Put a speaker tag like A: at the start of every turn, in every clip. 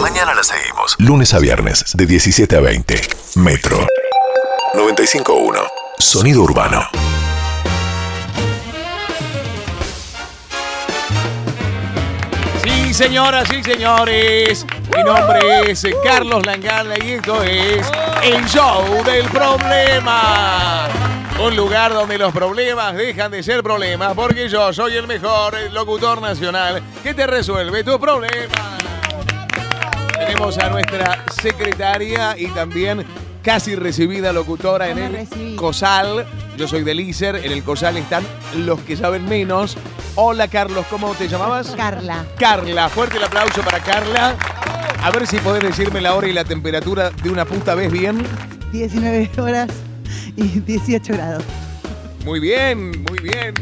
A: Mañana la seguimos. Lunes a viernes, de 17 a 20. Metro. 95.1. Sonido urbano.
B: Sí, señoras y señores. Mi nombre es Carlos Langarda y esto es el show del problema. Un lugar donde los problemas dejan de ser problemas porque yo soy el mejor locutor nacional que te resuelve tus problemas. Tenemos a nuestra secretaria y también casi recibida locutora en
C: me
B: el
C: recibí.
B: COSAL. Yo soy del ICER, en el COSAL están los que saben menos. Hola Carlos, ¿cómo te llamabas?
C: Carla.
B: Carla, fuerte el aplauso para Carla. A ver si podés decirme la hora y la temperatura de una puta vez bien.
C: 19 horas y 18 grados.
B: Muy bien, muy bien.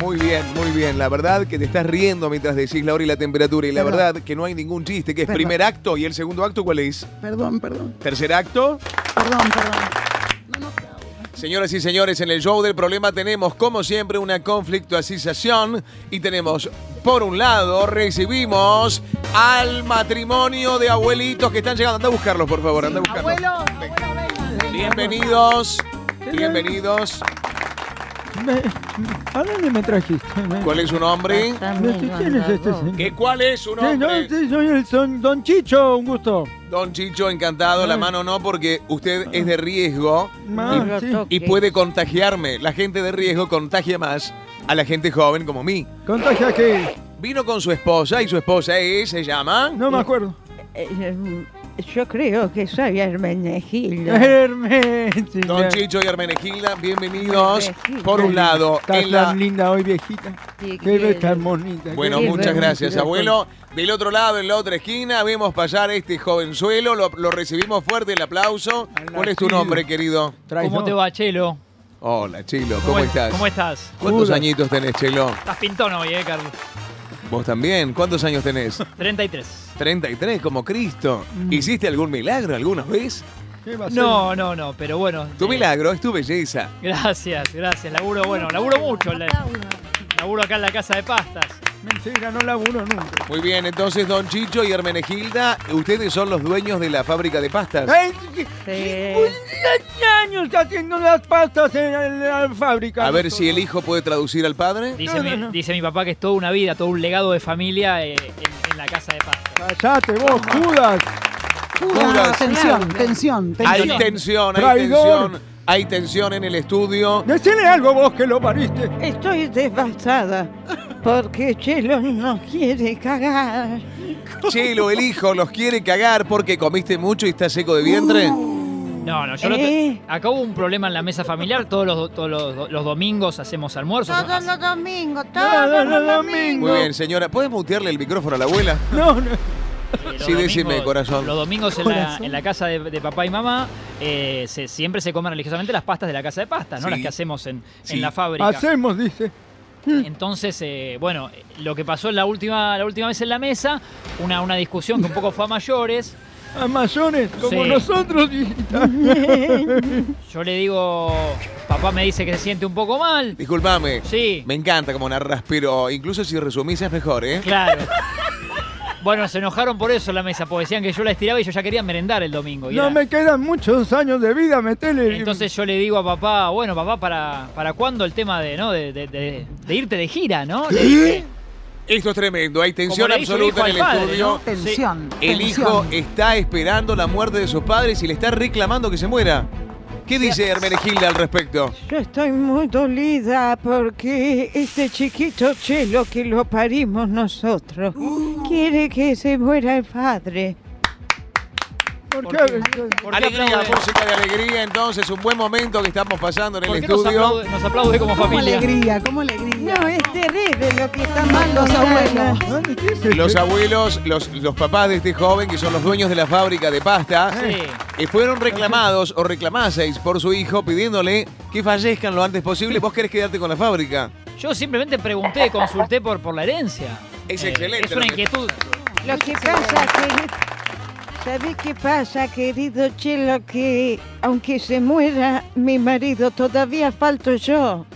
B: Muy bien, muy bien. La verdad que te estás riendo mientras decís la hora y la temperatura. Y la
C: Perdón.
B: verdad que no hay ningún chiste, que es
C: Perdón.
B: primer acto y el segundo acto, ¿cuál es?
C: Perdón, perdón.
B: Tercer acto.
C: Perdón, perdón. No, no,
B: Señoras y señores, en el show del problema tenemos, como siempre, una conflictuacización y tenemos, por un lado, recibimos al matrimonio de abuelitos que están llegando. Anda a buscarlos, por favor, anda a buscarlos.
C: Abuelo, abuelo, venga.
B: Bienvenidos, bienvenidos.
D: Me- ¿A dónde me trajiste? Me-
B: ¿Cuál es su nombre?
D: No sé quién es este señor.
B: ¿Qué, ¿Cuál es su
D: Sí, no,
B: nombre?
D: sí, soy el son- Don Chicho, un gusto.
B: Don Chicho, encantado, la
D: Ay.
B: mano no, porque
D: Ah.
B: usted es de riesgo
D: Ma,
E: lo
D: sí.
E: toco.
B: y
E: Ok.
B: puede contagiarme. La gente de riesgo contagia más a la gente joven como mí.
D: Contagia que
B: Vino con su esposa y su esposa es, se llama...
D: no me acuerdo.
E: Eh, Yo creo que soy Hermenegildo.
D: Eh, Hermes.
B: Don Chicho y Hermenegilda, bienvenidos. Por un lado,
D: Está
B: en la...
D: tan linda hoy, viejita. Qué
E: Sí, que-
D: ves tan bonita. qué
B: Bueno,
E: Sí,
D: linda.
B: muchas
E: realmente,
B: gracias,
E: de acuerdo.
B: abuelo. Del otro lado, en la otra esquina, vemos pasar este jovenzuelo. Lo, lo recibimos fuerte el aplauso.
D: Al
B: ¿Cuál es tu
D: nacido.
B: nombre, querido?
D: Traes,
F: ¿Cómo
D: ¿no?
F: te va, Chelo?
B: Hola, Chilo, ¿cómo,
F: es-
B: estás?
F: ¿Cómo estás?
B: ¿Cuántos
D: Hola.
B: añitos tenés, Chelo?
F: Estás pintón hoy, eh, Carlos.
B: Vos también, ¿cuántos años tenés?
F: 33.
B: 33, como Cristo. ¿Hiciste algún milagro alguna vez?
D: ¿Qué va a ser?
F: No, no, no, pero bueno.
B: Ah, Tu
F: eh,
B: milagro es tu belleza.
F: Gracias, gracias. Laburo, bueno, laburo mucho. la- laburo acá en la casa de pastas.
D: Mentira, no laburo nunca.
B: Muy bien, entonces, Don Chicho y Hermenegilda, ustedes son los dueños de la fábrica de pastas.
D: ¡Ey!
E: Sí.
D: Un- años haciendo las pastas en la- en la fábrica.
B: A ver si el hijo puede traducir al padre.
F: Dice,
D: No,
F: mi,
D: no, no.
F: dice mi papá que es toda una vida, todo un legado de familia eh, en, en la casa de pastas.
D: Callate vos, Judas.
C: Ah,
B: Judas.
C: tensión, tensión,
B: Hay
C: tensión.
B: tensión, hay
D: Traidor.
B: tensión. Hay tensión en el estudio.
D: Decile algo vos que lo pariste.
E: Estoy devastada porque Chelo no quiere cagar.
B: Chelo, el hijo los quiere cagar porque comiste mucho y está seco de vientre.
F: No, no, yo no
E: Eh.
F: te- Acá hubo un problema en la mesa familiar. Todos los, todos los, los domingos hacemos almuerzos.
E: Todos los domingos,
D: Todos
E: todos
D: los
E: los
D: domingos.
E: domingos.
B: Muy bien, señora. ¿Puedes mutearle el micrófono a la abuela?
D: No, no.
F: Eh, los
B: Sí, decime,
F: domingos-
B: corazón.
F: Los domingos en la,
C: Corazón.
F: en la casa de, de papá y mamá eh, se- siempre se comen religiosamente las pastas de la casa de pastas,
B: Sí.
F: no las que hacemos en, en
B: Sí.
F: la fábrica.
D: Hacemos, dice.
F: Entonces, eh, bueno, eh, lo que pasó en la última, la última vez en la mesa, una, una discusión que un poco fue a mayores.
D: Amazones, como
F: Sí.
D: nosotros, hijita.
F: Yo le digo, papá me dice que se siente un poco mal.
B: Disculpame.
F: Sí,
B: Me encanta como narras, pero incluso si resumís es mejor, ¿eh?
F: claro. Bueno, se enojaron por eso en la mesa, porque decían que yo la estiraba y yo ya quería merendar el domingo. y
D: No
F: era-
D: me quedan muchos años de vida, metele.
F: Entonces yo le digo a papá, bueno, papá, ¿para, para cuándo el tema de, ¿no? de, de- de- de irte de gira, no? Le dije.
B: Esto es tremendo. Hay tensión
F: Como le hizo el hijo
B: absoluta en
F: al
B: el
F: padre,
B: estudio.
F: ¿no?
C: Tensión,
B: El hijo
C: tensión.
B: está esperando la muerte de sus padres y le está reclamando que se muera. ¿Qué dice Hermenegilda al respecto?
E: Yo estoy muy dolida porque este chiquito Chelo que lo parimos nosotros quiere que se muera el padre.
D: ¿Por
F: ¿Por
D: qué?
F: qué? ¿Por qué
B: Alegría,
F: aplaude?
B: música de alegría, entonces, un buen momento que estamos pasando en el
F: ¿Por qué nos
B: estudio.
F: aplaude, nos aplaude como
C: Cómo
F: familia?
C: alegría, cómo alegría.
E: No, es terrible lo que está
C: Mal los abuelos.
D: ¿Dónde- qué es este?
B: Los abuelos, los, los papás de este joven, que son los dueños de la fábrica de pasta,
F: Sí.
B: eh, fueron reclamados o reclamaseis por su hijo pidiéndole que fallezcan lo antes posible. ¿Vos querés quedarte con la fábrica?
F: Yo simplemente pregunté, consulté por, por la herencia.
B: Es
F: Eh,
B: excelente
F: Es
B: lo
F: una
B: que-
F: inquietud.
E: Lo que pasa que... ¿Sabés qué pasa, querido Chelo? Que aunque se muera mi marido, todavía falto yo.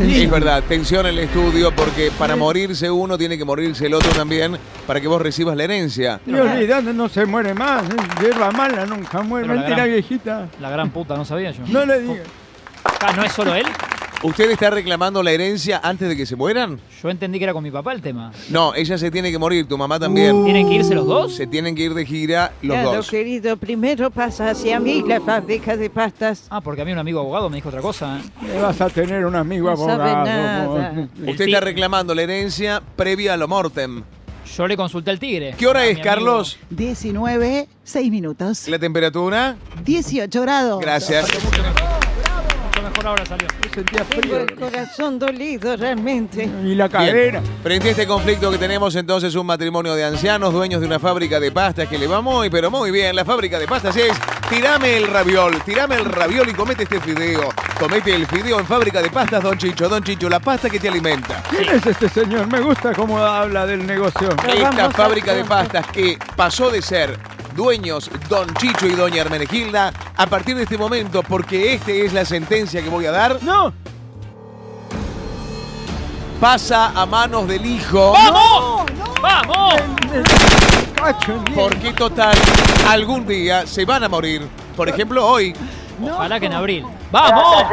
B: Es verdad, tensión en el estudio porque para morirse uno tiene que morirse el otro también para que vos recibas la herencia.
D: Y olvidando, no se muere más. ¿eh? Hierba mala nunca muere.
F: Pero la
D: Mentira,
F: gran- Oh.
D: viejita.
F: La gran puta, no sabía yo.
D: No le digas.
F: Ah, ¿No es solo él?
B: ¿Usted está reclamando la herencia antes de que se mueran?
F: Yo entendí que era con mi papá el tema.
B: No, ella se tiene que morir, tu mamá también.
F: ¿Tienen que irse los dos?
B: Se tienen que ir de gira los
E: Claro,
B: dos.
E: querido, primero pasa hacia mí la fábrica de pastas.
F: Ah, porque a mí un amigo abogado me dijo otra cosa. ¿eh?
D: Le vas a tener un amigo
E: No sabe
D: abogado.
E: nada.
D: vos.
B: Usted
F: El
B: está
F: ti-
B: reclamando la herencia previa a lo mortem.
F: Yo le consulté al tigre.
B: ¿Qué hora
F: A mi
B: es,
F: amigo.
B: Carlos?
C: 19, 6 minutos.
B: ¿La temperatura?
C: 18 grados.
B: Gracias.
F: Mucho mejor ahora salió.
D: Yo sentía
E: Tengo
D: frío.
E: el corazón dolido realmente.
D: Y
B: Bien.
D: la cadera.
B: Frente a este conflicto que tenemos entonces un matrimonio de ancianos, dueños de una fábrica de pastas que le va muy, pero muy bien. La fábrica de pastas es tirame el raviol, tirame el raviol y comete este fideo. Comete el fideo en fábrica de pastas, don Chicho, don Chicho, la pasta que te alimenta.
D: ¿Quién es este señor? Me gusta cómo habla del negocio.
B: Esta
E: vamos a-
B: fábrica de pastas que pasó de ser dueños don Chicho y doña Hermenegilda a partir de este momento, porque esta es la sentencia que voy a dar,
D: No,
B: pasa a manos del hijo.
F: ¡Vamos! ¡Vamos!
D: cacho. en diez.
B: Porque total, algún día se van a morir. Por ejemplo, hoy.
F: Ojalá que en abril. ¡Vamos!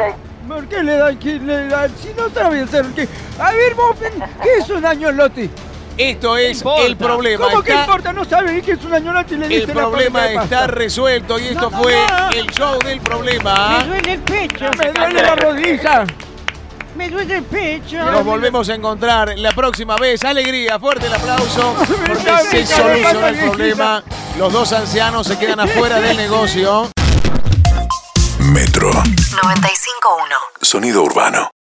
D: ¿Por qué le dan? que le dan? Si no atraviesaron, ¿qué? A ver, vos, ven, ¿qué es un añolote?
B: Esto es
F: importa?
B: el problema.
D: ¿Cómo que
B: Está-
D: importa? No sabe qué es un añolote y le
B: El
D: diste la
B: problema
D: fábrica de
B: está
D: pasta.
B: resuelto y esto
D: no,
B: fue
D: no.
B: el show del problema.
E: Me duele el pecho,
D: Me duele la rodilla.
E: me duele el pecho.
B: Nos volvemos a encontrar la próxima vez. Alegría, fuerte el aplauso. Porque se
D: Alegría,
B: soluciona el
D: alegría.
B: problema. Los dos ancianos se quedan afuera del negocio.
A: Metro.
G: 951.
A: Sonido urbano.